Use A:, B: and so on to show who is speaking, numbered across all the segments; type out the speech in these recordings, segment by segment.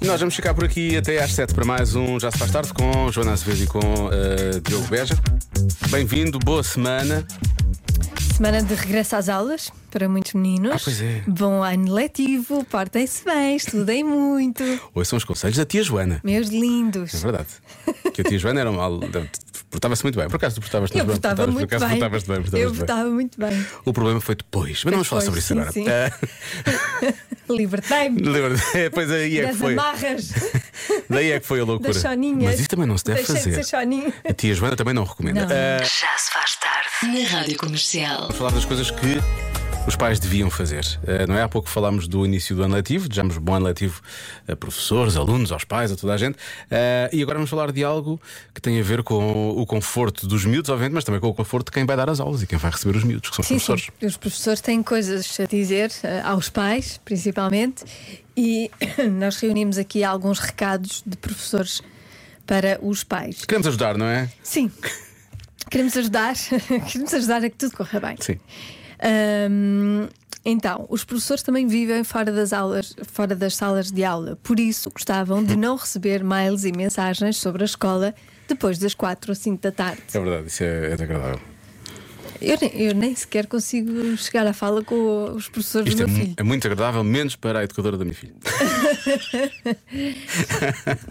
A: Nós vamos ficar por aqui até às 7 para mais um Já se faz tarde com Joana Azevedo e com eh, Diogo Beja. Bem-vindo, boa semana.
B: Semana de regresso às aulas para muitos meninos.
A: Ah, pois é.
B: Bom ano letivo, portem-se bem, estudem muito.
A: Hoje são os conselhos da tia Joana.
B: Meus lindos.
A: É verdade. Que a tia Joana era uma. Portava-se muito bem. Por acaso tu portavas-te
B: Eu
A: bem,
B: votava
A: portavas-
B: muito
A: por acaso
B: bem.
A: portavas-te bem, portavas-te
B: Eu
A: bem.
B: votava muito bem.
A: O problema foi depois, mas não vamos falar sobre
B: Depois,
A: isso agora.
B: sim,
A: Ah,
B: Libertei-me
A: lembra- é, pois aí é que
B: das
A: foi.
B: amarras,
A: Daí é que foi a loucura.
B: das choninhas.
A: Mas isso também não se deve
B: Deixei
A: fazer.
B: De ser choninha.
A: A tia Joana também não recomenda.
B: Não.
A: Ah,
C: Já se faz tarde na Rádio Comercial.
A: falar das coisas que os pais deviam fazer. Eh, não é? Há pouco falámos do início do ano letivo, desejamos bom ano letivo a professores, alunos, aos pais, a toda a gente. Eh, e agora vamos falar de algo que tem a ver com o conforto dos miúdos, obviamente, mas também com o conforto de quem vai dar as aulas e quem vai receber os miúdos, que são os
B: Sim,
A: professores.
B: sim. Os professores têm coisas a dizer eh, aos pais, principalmente, e nós reunimos aqui alguns recados de professores para os pais.
A: Queremos ajudar, não é?
B: Sim. Queremos ajudar, queremos ajudar a que tudo corra bem.
A: Sim.
B: Ahm, então, os professores também vivem fora das aulas, fora das salas de aula, por isso gostavam de não receber mails e mensagens sobre a escola depois das quatro ou cinco da tarde.
A: É verdade, isso é, é desagradável.
B: Eu nem, eu nem sequer consigo chegar à fala com o- os professores
A: Isto é,
B: do meu
A: mu-
B: filho.
A: é muito agradável, menos para a educadora da minha filha.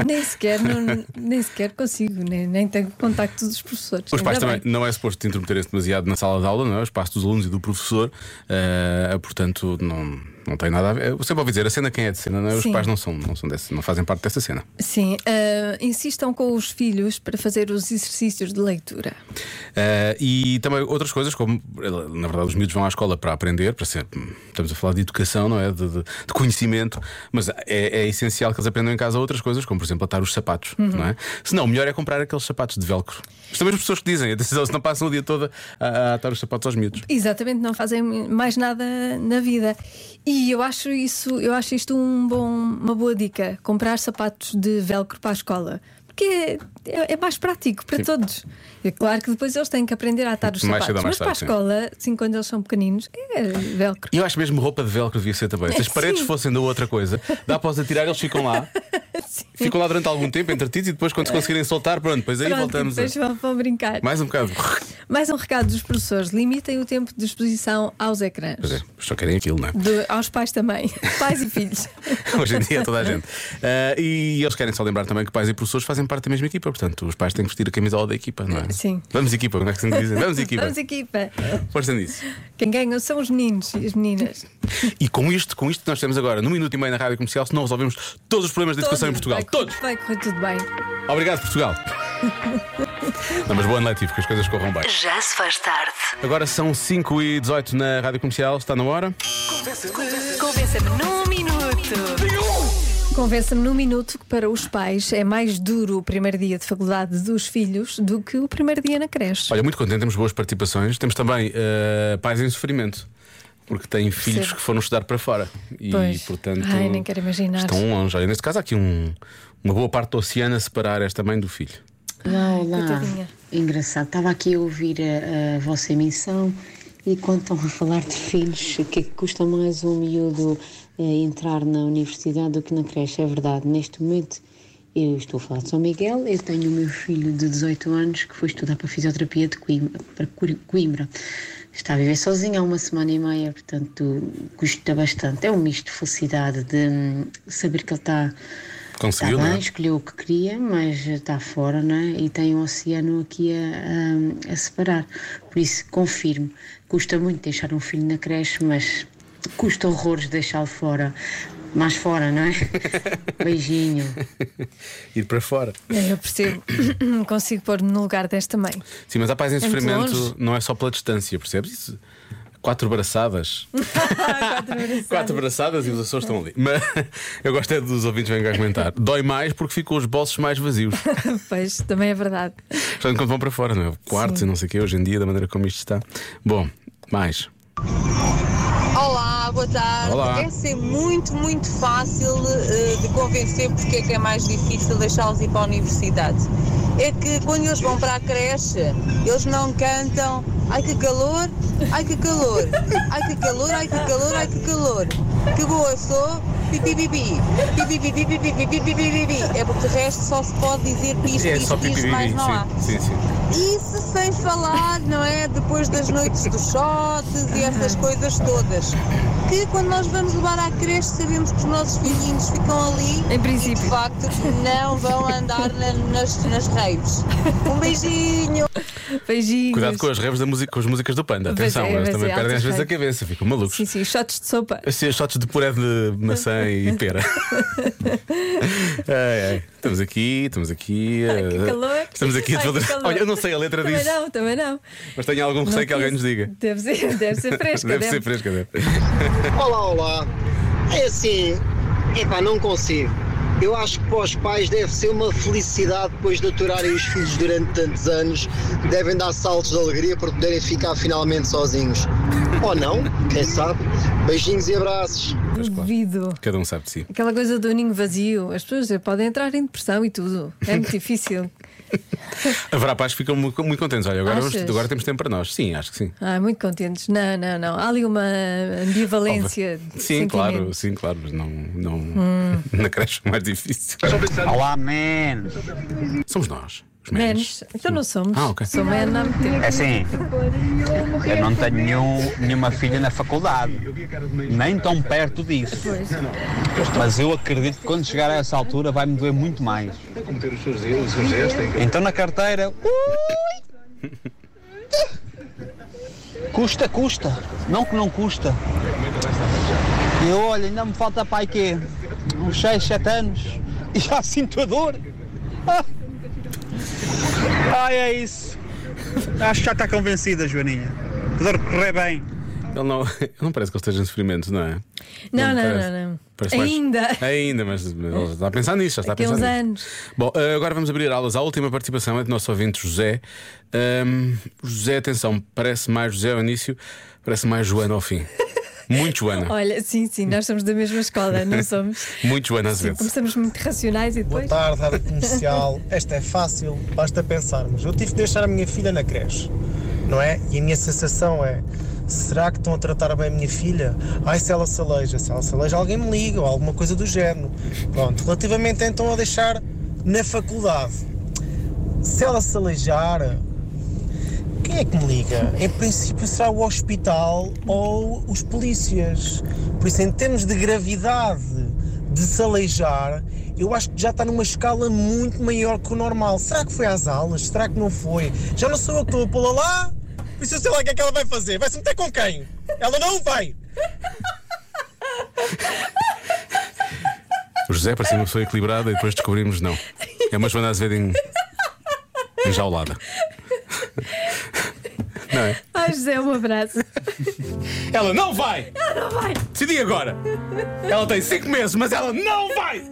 B: Nem sequer, não- nem sequer consigo, nem, nem tenho contacto dos professores.
A: Os pais
B: Ainda
A: também
B: bem.
A: não é suposto te intrometerem-se demasiado na sala de aula, não é? O espaço dos alunos e do professor, eh, portanto, não, não tem nada a ver. Eu sempre ouvi dizer, a cena quem é de cena, não é? Os
B: Sim.
A: pais não são, não são desse, não fazem parte dessa cena.
B: Sim, ah, insistam com os filhos para fazer os exercícios de leitura.
A: Eh, e também outras coisas, como eh, na verdade os miúdos vão à escola para aprender, para ser. Estamos a falar de educação, não é? De, de- de conhecimento, mas é, é essencial que eles aprendam em casa outras coisas, como por exemplo atar os sapatos,
B: Uhum.
A: não é? Se não, o melhor é comprar aqueles sapatos de velcro. Isto também as pessoas que dizem, atenção, se não passam o dia todo a, a atar os sapatos aos miúdos.
B: Exatamente, não fazem mais nada na vida. E eu acho isso, eu acho isto um bom, uma boa dica, comprar sapatos de velcro para a escola. Porque é, é- é mais prático para todos. É claro que depois eles têm que aprender a atar os
A: Mais cedo ou
B: sapatos. Mas
A: mais
B: para a
A: tarde, sim.
B: escola, sim, quando eles são pequeninos, é velcro.
A: E Eu acho mesmo roupa de velcro devia ser também. Se as
B: Sim.
A: paredes fossem da outra coisa, dá para os atirar, eles ficam lá. Ficam lá durante algum tempo, entretidos, e depois, quando se conseguirem soltar, pronto, depois aí
B: Pronto,
A: voltamos.
B: e depois
A: A...
B: vão, vão brincar. Mais...
A: Mais um bocado.
B: um recado dos professores: limitem o tempo de exposição aos ecrãs.
A: Pois é, só querem aquilo, não é?
B: Do- aos pais também, pais e filhos.
A: Hoje em dia é toda a gente. Ah, e eles querem só lembrar também que pais e professores fazem parte da mesma equipa, portanto, os pais têm que vestir a camisola da equipa, não é?
B: Sim.
A: Vamos equipa, como é que se dizem? Vamos equipa.
B: Vamos, equipa.
A: Força nisso.
B: Quem ganha são os meninos e as meninas.
A: E com isto, com isto que nós temos agora, num minuto e meio na rádio comercial, se não resolvemos todos os problemas de educação em Portugal.
B: Vai,
A: Todos!
B: correr- Vai correr tudo bem.
A: Obrigado, Portugal. Não, mas boa noite, que as coisas corram bem.
C: Já se faz tarde.
A: Agora são 5 e 18 na Rádio Comercial, está na hora.
C: Convença-me num minuto.
B: Convença-me num minuto que para os pais é mais duro o primeiro dia de faculdade dos filhos do que o primeiro dia na creche.
A: Olha, muito contente, temos boas participações. Temos também eh, pais em sofrimento, porque têm filhos que foram estudar para fora. E,
B: Pois.
A: portanto,
B: Ai, nem quero imaginar.
A: estão longe. Olha, neste caso, há aqui um- uma boa parte do oceano a separar esta mãe do filho.
D: Olá, olá.
B: coitadinha.
D: Engraçado. Estava aqui a ouvir a, a vossa emissão e quando estão a falar de filhos, o que é que custa mais um miúdo eh, entrar na universidade do que na creche? É verdade. Neste momento, eu estou a falar de São Miguel, eu tenho o meu filho de 18 anos que foi estudar para fisioterapia de Coimbra, para Cor- Coimbra. Está a viver sozinho há uma semana e meia, portanto, custa bastante. É um misto de felicidade, de hum, saber que ele está Está
A: Conseguiu,
D: bem,
A: não é?
D: escolheu o que queria, mas está fora, não é? E tem um oceano aqui a, a- a separar. Por isso, confirmo, custa muito deixar um filho na creche, mas custa horrores deixá-lo fora. Mais fora, não é? Beijinho.
A: Ir para fora.
B: É, Eu percebo, consigo pôr-me no lugar desta mãe.
A: Sim, mas há pais em
B: muito
A: sofrimento,
B: longe.
A: não é só pela distância, percebes? Isso- Quatro braçadas. Quatro braçadas e os Açores estão ali. Mas eu gosto é dos ouvintes que vêm cá comentar. Dói mais porque ficam os bolsos mais vazios.
B: Pois, também é verdade.
A: Portanto, quando vão para fora, não é? Quartos e não sei o quê, hoje em dia, da maneira como isto está. Bom, mais.
E: Olá, boa tarde.
A: Olá.
E: É ser muito, muito fácil eh, de convencer porque é que é mais difícil deixá-los ir para a universidade. É que quando eles vão para a creche, eles não cantam ai que calor, ai que calor, ai que calor, ai que calor, ai que calor. Que boa sou, pi pi pi pi. Pi pi pi pi pi pi pi pi pi pi pi. É porque de resto só se pode dizer pis,
A: É
E: pis,
A: só
E: pis,
A: pipi,
E: mais não há.
A: sim, sim, sim.
E: Isso sem falar, não é? Depois das noites dos shots e essas coisas todas. Que quando nós vamos levar à creche sabemos que os nossos filhinhos ficam ali
B: Em
E: e de
B: princípio.
E: facto não vão andar na- nas, nas raves. Um beijinho!
B: Beijinhos.
A: Cuidado com as revs da música, com as músicas do Panda.
B: Pois
A: Atenção,
B: é,
A: eles
B: pois
A: também
B: é,
A: perdem
B: altas
A: às vezes a
B: raves.
A: cabeça, ficam malucos.
B: Sim, sim, shots de sopa.
A: Assim, shots de puré de maçã e pera. ai, ai. Estamos aqui, estamos aqui.
B: Ai, que
A: eh,
B: calor.
A: Estamos aqui a
B: Ai,
A: todo-
B: que calor.
A: Olha, eu não sei a letra
B: Também
A: disso,
B: não, também não.
A: mas tenho algum receio
B: Não
A: que alguém
B: quis.
A: nos diga.
B: Deve ser, deve ser fresca.
A: Deve ser fresca, deve.
F: Olá, olá. É assim, epá, não consigo. Eu acho que para os pais deve ser uma felicidade depois de aturarem os filhos durante tantos anos. Devem dar saltos de alegria por poderem ficar finalmente sozinhos. Ou não, quem sabe? Beijinhos e abraços.
A: Pois, claro.
B: Duvido.
A: Cada um sabe de si.
B: Aquela coisa do ninho vazio, as pessoas podem entrar em depressão e tudo. É muito difícil.
A: Haverá pais que ficam mu- muito contentes. Olha, agora, vamos-
B: Achas?
A: agora temos tempo para nós. Sim, acho que sim.
B: Ah, muito contentes. Não, não, não. Há ali uma ambivalência.
A: Óbvio.
B: de
A: Sim, claro,
B: sentimento. Hum.
A: sim, claro, mas não, não na creche é mais difícil.
G: Olá, man.
A: Somos nós, os menos.
B: Menos. Então não somos.
A: Ah, ok.
B: Sou men há muito tempo.
G: É assim, eu não tenho nenhum- nenhuma filha na faculdade, nem tão perto disso.
B: Pois.
G: Mas eu acredito que quando chegar a essa altura vai-me doer muito mais. Então na carteira. ui! Custa, custa. Não que não custa. Eu olha, ainda me falta pai quê? Uns 6, 7 anos. E já sinto a dor. Ah, Ai, é isso. Acho que já está convencida, Joaninha. Poder correr bem.
A: Ele não, ele não parece que ele esteja em sofrimento, não é?
B: Não, não,
A: Ele parece-
B: não, não.
A: parece mais-
B: Ainda.
A: Ainda, mas ele já está a pensar nisso, já está
B: Daqui a
A: a
B: uns
A: pensar. nisso.
B: anos.
A: Bom, eh, agora vamos abrir aulas. A última participação é do nosso ouvinte José. Ahm, José, atenção, parece mais José ao início, parece mais Joana ao fim. Muito Joana,
B: Olha, sim, sim, nós somos da mesma escola, não somos?
A: muito Joana às
B: Sim,
A: vezes.
B: começamos muito racionais e depois.
H: Boa tarde, Rádio Comercial. Esta é fácil, basta pensarmos. Eu tive de deixar a minha filha na creche, não é? E a minha sensação é: será que estão a tratar bem a minha filha? Ai, se ela se aleija, se ela se aleija, alguém me liga ou alguma coisa do género. Pronto, relativamente então a deixar na faculdade. Se ela se aleijar, quem é que me liga? Em princípio será o hospital ou os polícias. Por isso, em termos de gravidade de se aleijar, eu acho que já está numa escala muito maior que o normal. Será que foi às aulas? Será que não foi? Já não sou eu que estou a pô-la lá? Por isso eu sei lá o que é que ela vai fazer. Vai se meter com quem? Ela não vai!
A: O José parecia uma pessoa equilibrada e depois descobrimos não. É uma Joana Azevedo en- enjaulada. Não é?
B: Ai, José, um abraço.
A: Ela não vai!
B: Não vai!
A: Decidi agora! Ela tem 5 meses, mas ela não vai!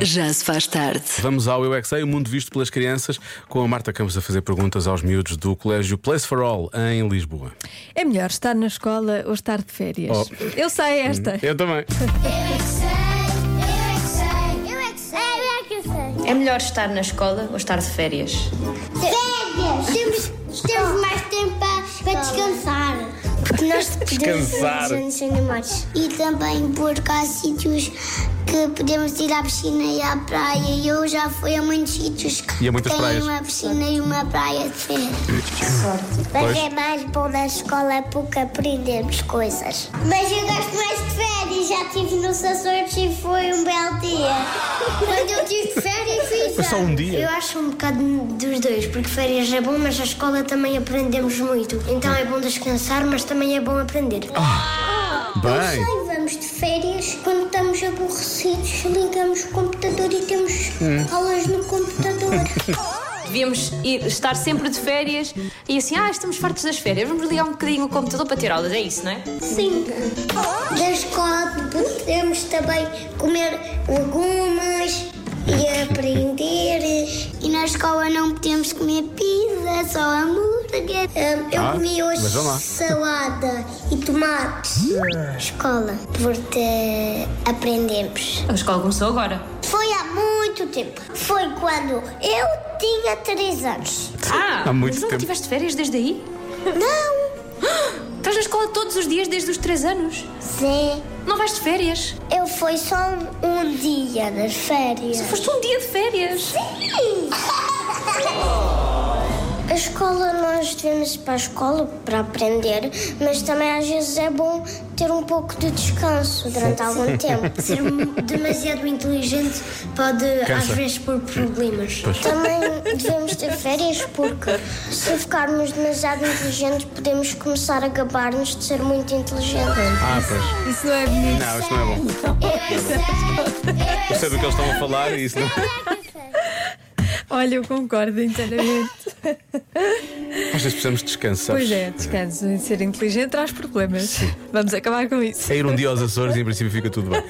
C: Já se faz tarde.
A: Vamos ao Eu é Que Sei, o mundo visto pelas crianças, com a Marta Campos a fazer perguntas aos miúdos do Colégio Place for All, em Lisboa.
B: É melhor estar na escola ou estar de férias.
A: Oh.
B: Eu sei esta.
A: Eu também.
I: É melhor estar na escola ou estar de férias?
J: Férias! Temos, temos mais tempo para, para descansar. Porque nós podemos
A: Descansar.
J: ver os animais. E também porque há sítios que podemos ir à piscina e à praia. E eu já fui a muitos sítios que
A: E a muitas
J: têm
A: praias.
J: uma piscina e uma praia de férias. Mas é mais bom na escola porque aprendemos coisas. Mas eu gosto mais de férias. Já estive nos Açores e foi um belo dia. Quando eu tive de férias, fiz.
A: Foi só um dia?
J: Eu acho um bocado dos dois, porque férias é bom, mas a escola também aprendemos muito. Então é bom descansar, mas também é bom aprender.
A: Bem,
J: vamos de férias. Quando estamos aborrecidos, ligamos o computador e temos aulas no computador.
I: Devíamos ir, estar sempre de férias e assim, ah, estamos fartos das férias, vamos ligar um bocadinho o computador para ter aulas, é isso, não é?
J: Sim. Da escola podemos também comer legumes e aprender. E na escola não podemos comer pizza, só hambúrguer. Hum, Eu
A: Ah,
J: comi hoje
A: mas vamos lá.
J: salada e tomates. Escola, porque aprendemos.
I: A escola começou agora.
J: Foi há muito tempo. Foi quando eu tinha 3 anos.
I: Ah,
A: Há muito
I: mas nunca
A: tempo.
I: tiveste férias desde aí?
J: Não,
I: Estás na escola todos os dias desde os 3 anos?
J: Zé,
I: Não vais de férias?
J: Eu fui só um, um dia nas férias.
I: Tu foste um dia de férias.
J: A escola, nós devemos ir para a escola para aprender, mas também às vezes é bom ter um pouco de descanso durante algum tempo.
K: Ser um demasiado inteligente pode às
A: Cansa.
K: vezes pôr problemas.
J: Também devemos ter férias porque se ficarmos demasiado inteligentes podemos começar a gabar-nos de ser muito inteligentes.
A: Ah, pois.
B: Isso não é bonito.
A: Não, isso não é bom.
J: Eu sei,
B: então.
A: Eu sei do que eles estão a falar e isso não.
B: Olha, eu concordo inteiramente.
A: Às vezes precisamos descansar.
B: pois é, descanso. E Ser inteligente traz problemas. Vamos acabar com isso.
A: É ir um dia aos Açores e em princípio fica tudo bem.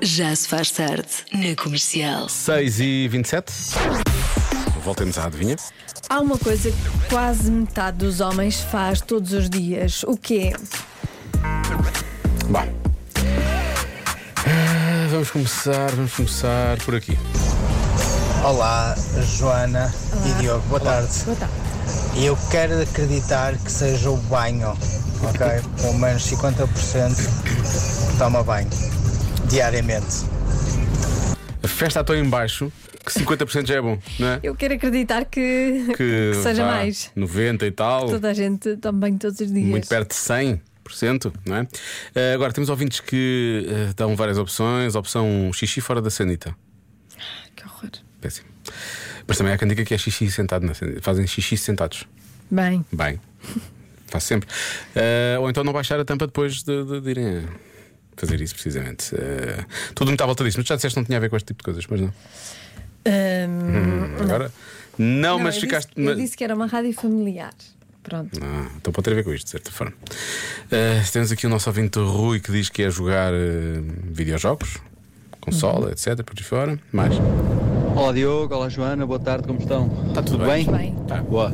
C: Já se faz tarde na comercial.
A: 6 e 27 Voltemos à adivinha.
B: Há uma coisa que quase metade dos homens faz todos os dias. O quê?
A: Bom. Ah, Vamos começar, vamos começar por aqui.
H: Olá, Joana e Diogo, boa tarde.
B: Boa tarde.
H: Eu quero acreditar que seja o banho, ok? Pelo menos 50% toma banho diariamente.
A: A festa está tão em baixo que 50% já é bom, não é?
B: Eu quero acreditar que, que, seja
A: vá,
B: mais.
A: 90 e tal.
B: Toda a gente toma banho todos os dias.
A: Muito perto de 100%, não é? Ah, agora, temos ouvintes que ah, dão várias opções. Opção xixi fora da sanita.
B: Que horror.
A: Péssimo. Mas também há quem diga que é xixi sentado na sanita. Fazem xixi sentados.
B: Bem,
A: Bem, faz sempre. Ah, ou então não baixar a tampa depois de, de- de irem fazer isso, precisamente. Ah, tudo muito à volta disso. Mas já disseste que não tinha a ver com este tipo de coisas, mas não.
B: hum,
A: Agora. Não,
B: não,
A: mas
B: eu
A: ficaste.
B: Disse, eu
A: mas-
B: disse que era uma rádio familiar. Pronto.
A: Ah, então pode ter a ver com isto, de certa forma. Ah, temos aqui o nosso ouvinte Rui que diz que é jogar ah, videojogos, consola,
B: Uhum.
A: etc. Por aí fora. Mais.
G: Olá Diogo, olá Joana, boa tarde, como estão? Está
A: Tá tudo bem? Tá.
G: Boa.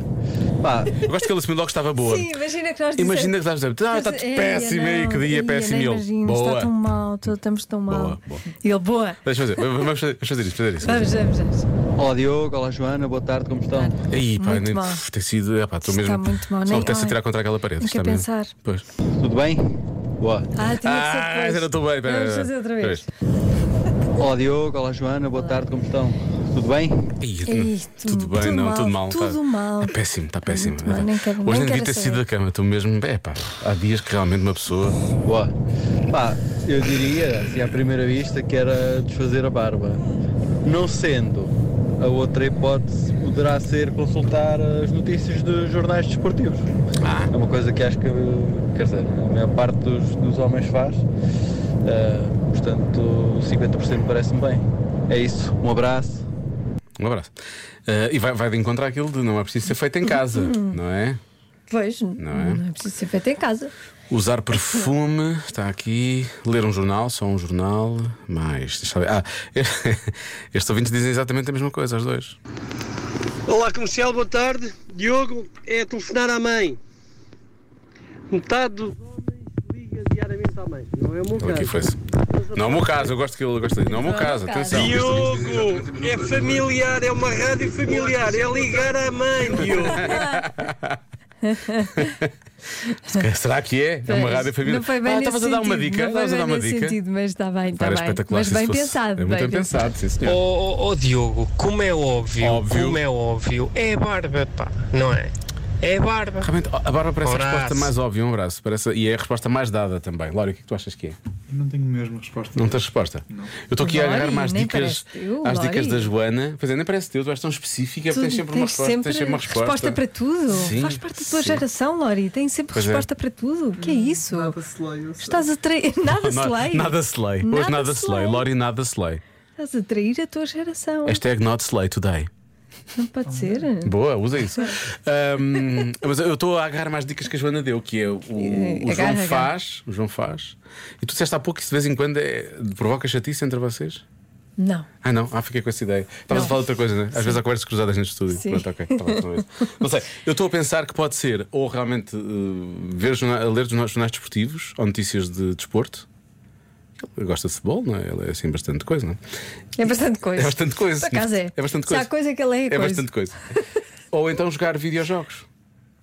G: Pá,
A: Eu gosto que ele assumiu logo que estava boa.
B: Sim, imagina que nós
A: Imagina que estás a dizer, ah, está
B: Mas, ei,
A: péssimo aí,
B: não,
A: que dia
B: ei,
A: péssimo.
B: nem
A: E ele,
B: imagino,
A: Boa.
B: Está tão mal, tô- estamos tão mal.
A: Boa, boa.
B: E ele, boa.
A: Deixa eu fazer, vamos fazer, vamos fazer isso, fazer isso.
B: Vamos, vamos, vamos.
G: olá Diogo, olá Joana, boa tarde, como estão?
A: Aí, pá,
B: Muito
A: nem,
B: mal.
A: puf, tem sido. É, pá, estou
B: Isto
A: mesmo.
B: está muito mal,
A: Só
B: nem-
A: me apetece
B: ai,
A: atirar contra aquela parede.
B: nem
A: está
B: quero
A: mesmo-
B: pensar.
A: Pois.
G: Tudo bem? Boa.
B: Ah, tinha que ser
A: Ah,
B: depois.
A: ainda não estou bem. pera,
B: Vamos
A: pera,
B: fazer outra
A: pera.
B: vez.
G: Olá Diogo, olá Joana, boa tarde, como estão? Tudo bem?
A: Ih, hum,
B: Ei,
A: tudo
B: tudo-
A: bem,
B: tudo
A: não,
B: mal,
A: tudo mal.
B: tudo mal.
A: É péssimo, está péssimo.
B: mal, nem quero-
A: Hoje
B: nem
A: devia
B: quero
A: ter
B: saber.
A: sido da cama, tu mesmo. É pá, há dias que realmente uma pessoa.
G: Boa. Pá, eu diria, assim à primeira vista, que era desfazer a barba. Não sendo, a outra hipótese poderá ser consultar as notícias dos jornais desportivos.
L: Ah.
G: É uma coisa que acho que, quer dizer, a maior parte dos, dos homens faz. Ah, portanto, 50% parece-me bem. É isso, um abraço.
A: Um abraço. Ah, e vai, vai de encontrar aquilo de não é preciso ser feito em casa,
B: Uhum.
A: não é?
B: Pois, não
A: é?
B: é? preciso ser feito em casa.
A: Usar perfume, está aqui. Ler um jornal, só um jornal. Mais. Deixa eu ver. Ah, estes ouvintes dizem exatamente a mesma coisa, os dois.
L: Olá comercial, boa tarde. Diogo, é telefonar à mãe. Metade dos homens liga diariamente à mãe. Não é o meu
A: Ele Então aqui
L: caso.
A: foi-se. Não é o meu caso, eu gosto que ele gosta Não é o meu caso, atenção.
L: Diogo, é familiar, é uma rádio familiar. É ligar à mãe, Diogo.
A: Será que é? É uma
B: Pois,
A: rádio familiar.
B: Não foi bem
A: ah,
B: nesse
A: estavas a dar uma
B: sentido,
A: dica,
B: Não foi
A: estavas a
B: bem
A: dar uma
B: nesse
A: dica.
B: sentido, mas está bem, está
A: Era
B: bem.
A: espetacular
B: Mas
A: se
B: bem
A: isso fosse-
B: pensado.
A: É muito bem pensado, sim, senhor.
L: Ó oh, Diogo, como é óbvio,
A: Óbvio.
L: como é óbvio, é a barba, pá, não é? É a barba.
A: Realmente, a Bárbara parece a
L: Abraço.
A: resposta mais óbvia, um abraço. Parece, e é a resposta mais dada também. Laura, o que é que tu achas que é?
M: Não tenho mesmo resposta.
A: Não tens resposta? Eu estou aqui a
B: Lori,
A: agarrar mais
B: nem
A: dicas,
B: parece teu,
A: às
B: Lori.
A: dicas da Joana. Pois é, nem parece teu, tu és tão específica,
B: Tu
A: tens sempre uma
B: tens
A: resposta.
B: sempre
A: tens sempre uma resposta.
B: para tudo.
A: Sim,
B: Faz parte da tua
A: sim.
B: geração, Lori. Tem sempre
A: Pois é.
B: resposta para tudo. O que é isso?
M: Nada se leio.
B: Estás a trair. Nada se
A: Nada,
B: lei.
A: nada se lei. Hoje
B: Nada
A: nada
B: se
A: se lei.
B: lei.
A: Lori, nada se lei.
B: Estás a trair a tua geração.
A: Hashtag not slay today.
B: Não pode ser.
A: Boa, usa isso. Ahm, mas eu estou a agarrar mais dicas que a Joana deu, que é o, o
B: Agarra,
A: João
B: agarra.
A: faz. O João faz. E tu disseste há pouco que isso de vez em quando é- provoca chatice entre vocês?
B: Não.
A: Ah, não, ah, fiquei com essa ideia. Estavas a falar de outra coisa, né? Às vezes há conversas cruzadas neste estúdio.
B: Sim.
A: Pronto, ok. Tá bem, então é isso. não sei, eu estou a pensar que pode ser ou realmente eh, ver jorna- ler jorna- jornais desportivos ou notícias de desporto. Ele gosta de futebol, não é? Ele é assim bastante coisa, não é?
B: É bastante coisa.
A: É bastante coisa.
B: Por acaso é.
A: É bastante
B: Se
A: coisa.
B: há coisa que ela é,
A: É
B: coisa.
A: bastante coisa. ou então jogar videojogos.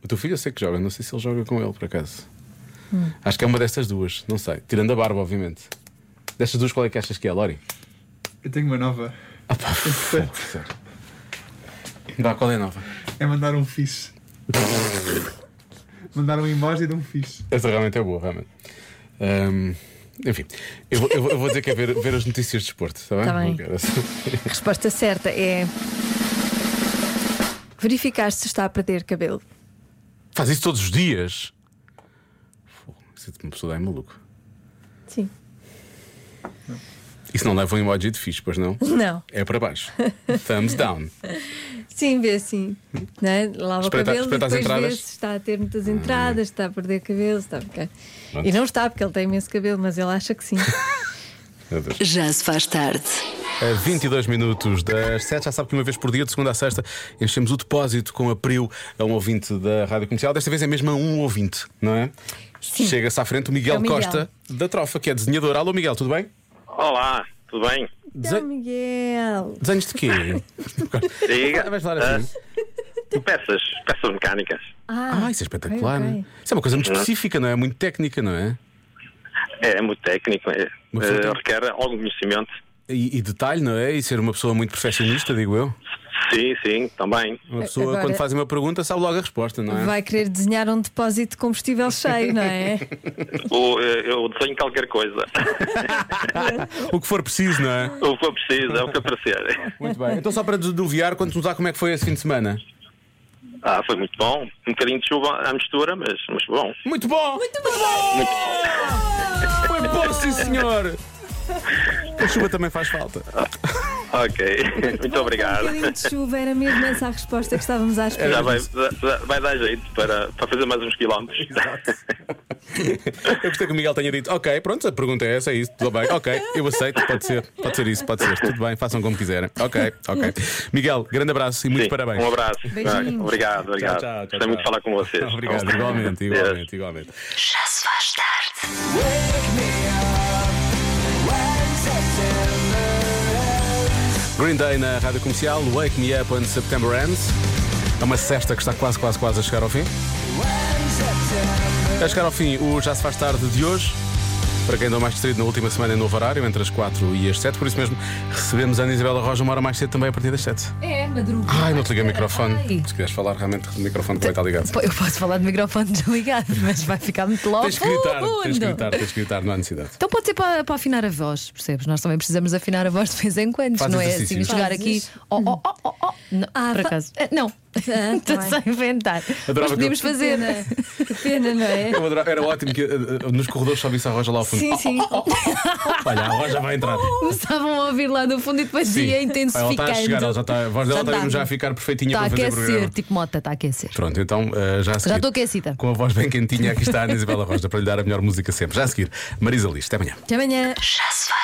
A: O teu filho eu sei que
B: Hum.
A: joga, não sei se ele joga com ele, por acaso. Acho que é uma destas duas, não sei. Tirando a barba, obviamente. Destas duas, qual é que achas que é, Lori?
M: Eu tenho uma nova.
A: Ah, pá, foda-se. Vá, qual é a nova?
M: É mandar um fixe. mandar um emoji de um fixe.
A: Essa realmente é boa, realmente. Ahm, enfim, eu, vou- eu vou- eu vou dizer que é ver, ver as notícias de desporto, está bem?
B: Tá bem.
A: Vou ver essa.
B: A resposta certa é. Verificar se está a perder cabelo.
A: Faz isso todos os dias. Fogo, Sinto-me uma pessoa daí maluco.
B: Sim.
A: Isso não leva um emoji de fixe, pois não?
B: Não.
A: É para baixo. Thumbs down.
B: Sim, vê assim. Não é? Lava o
A: Espreita-
B: cabelo e
A: espreita as
B: depois vê
A: entradas.
B: se está a ter muitas entradas, se está a perder cabelo, se está a ficar.
C: Pronto.
B: E não está, porque ele tem imenso cabelo, mas ele acha que sim.
C: Já se faz tarde.
A: A 22 minutos das 7, já sabe que uma vez por dia, de segunda a sexta, enchemos o depósito com abril a um ouvinte da rádio comercial. Desta vez é mesmo a um ouvinte, não é? Chega-se à frente o Miguel,
N: É o Miguel.
A: Costa, da Trofa, que é desenhador. Alô, Miguel, tudo bem?
N: Olá, tudo bem?
A: Dese-
B: Miguel!
A: Desenhos de quê?
N: Diga.
A: Vais falar assim?
N: ah, peças, peças mecânicas. Uhum.
A: Ah, isso é espetacular,
N: ok.
A: não é? Isso é uma coisa muito específica, não é? Muito técnica, não é?
N: É, muito técnico, é,
A: Uma pessoa
N: eh,
A: tem-
N: requer algum conhecimento.
A: E, e detalhe, não é? E ser uma pessoa muito perfeccionista, digo eu.
N: Sim, sim, também.
A: Uma pessoa,
B: Agora-
A: quando fazem uma pergunta, sabe logo a resposta, não é?
B: Vai querer desenhar um depósito de combustível cheio, não é?
N: Ou, eh, eu desenho qualquer coisa.
A: O que for preciso, não é?
N: o que eu preciso, é o que aparecer.
A: Muito bem. Então, só para desduviar, quando nos dá como é que foi esse fim de semana?
N: Ah, foi muito bom. Um bocadinho de chuva à mistura, mas, mas bom.
A: Muito bom! Muito bom! Foi bom, sim, senhor! A chuva também faz falta.
N: Ok, muito
B: Um
N: obrigado.
B: bocadinho de chuva, era mesmo essa a resposta que estávamos à espera.
N: Já vai, já- já vai dar jeito para, para fazer mais uns quilómetros.
A: Eu gostei que o Miguel tenha dito: Ok, pronto, a pergunta é essa, é isso, tudo bem, ok, eu aceito, pode ser, pode ser isso, pode ser, tudo bem, façam como quiserem. Ok, ok. Miguel, grande abraço e muito parabéns.
N: Um abraço. Obrigado, obrigado.
A: Tchau, tchau, tchau,
N: Gostei muito de
A: tchau.
N: falar com vocês.
A: Obrigado, igualmente, igualmente, igualmente.
C: Já se faz tarde.
A: Green Day na rádio comercial, Wake Me Up When September Ends. É uma sexta que está quase, quase, quase a chegar ao fim. A chegar ao fim, o Já Se Faz Tarde de hoje. Para quem andou mais distrito na última semana, em novo horário, entre as 4 e as 7. Por isso mesmo, recebemos a Ana Isabela Roja uma hora mais cedo também a partir das 7.
O: É, madruga.
A: Ai, Tá não te liguei o microfone. Se quiseres falar, realmente o microfone também está ligado.
O: Pô, Eu posso falar de microfone desligado, mas vai ficar muito logo.
A: Tens que gritar, tens que gritar, tens que gritar, não há necessidade.
O: Então pode ser para, para afinar a voz, percebes? Nós também precisamos afinar a voz de vez em quando,
A: Faz
O: não é assim?
A: exercícios.
O: Chegar aqui.
A: Fazes?
O: Oh, oh, oh, oh, oh. Não,
B: Hum.
O: por
B: Ah, fa-
O: acaso. Eh, Não, estou
B: tá
O: só a inventar.
A: Adorava
O: Mas podíamos
A: que eu-
O: fazer.
B: Que pena, não é?
A: Eu adorava- era ótimo que eh, eh, nos corredores só visse a Roja lá ao fundo.
O: Sim, sim.
A: Olha, a Roja vai entrar.
O: Começavam a ouvir lá do fundo e depois ia
A: Ela está a chegar, ela
O: intensificando.
A: já está, a voz dela
O: Já
A: está
O: tá.
A: mesmo
O: está.
A: já a ficar perfeitinha
O: Está a
A: para fazer o
O: aquecer,
A: programa.
O: tipo mota, está a aquecer.
A: Pronto, então eh, já a
O: Já
A: seguir,
O: estou aquecida.
A: com a voz bem quentinha, aqui está a Ana Isabela Roja para lhe dar a melhor música sempre. Já a seguir, Marisa Liz, até amanhã.
B: Até amanhã.
C: Já se faz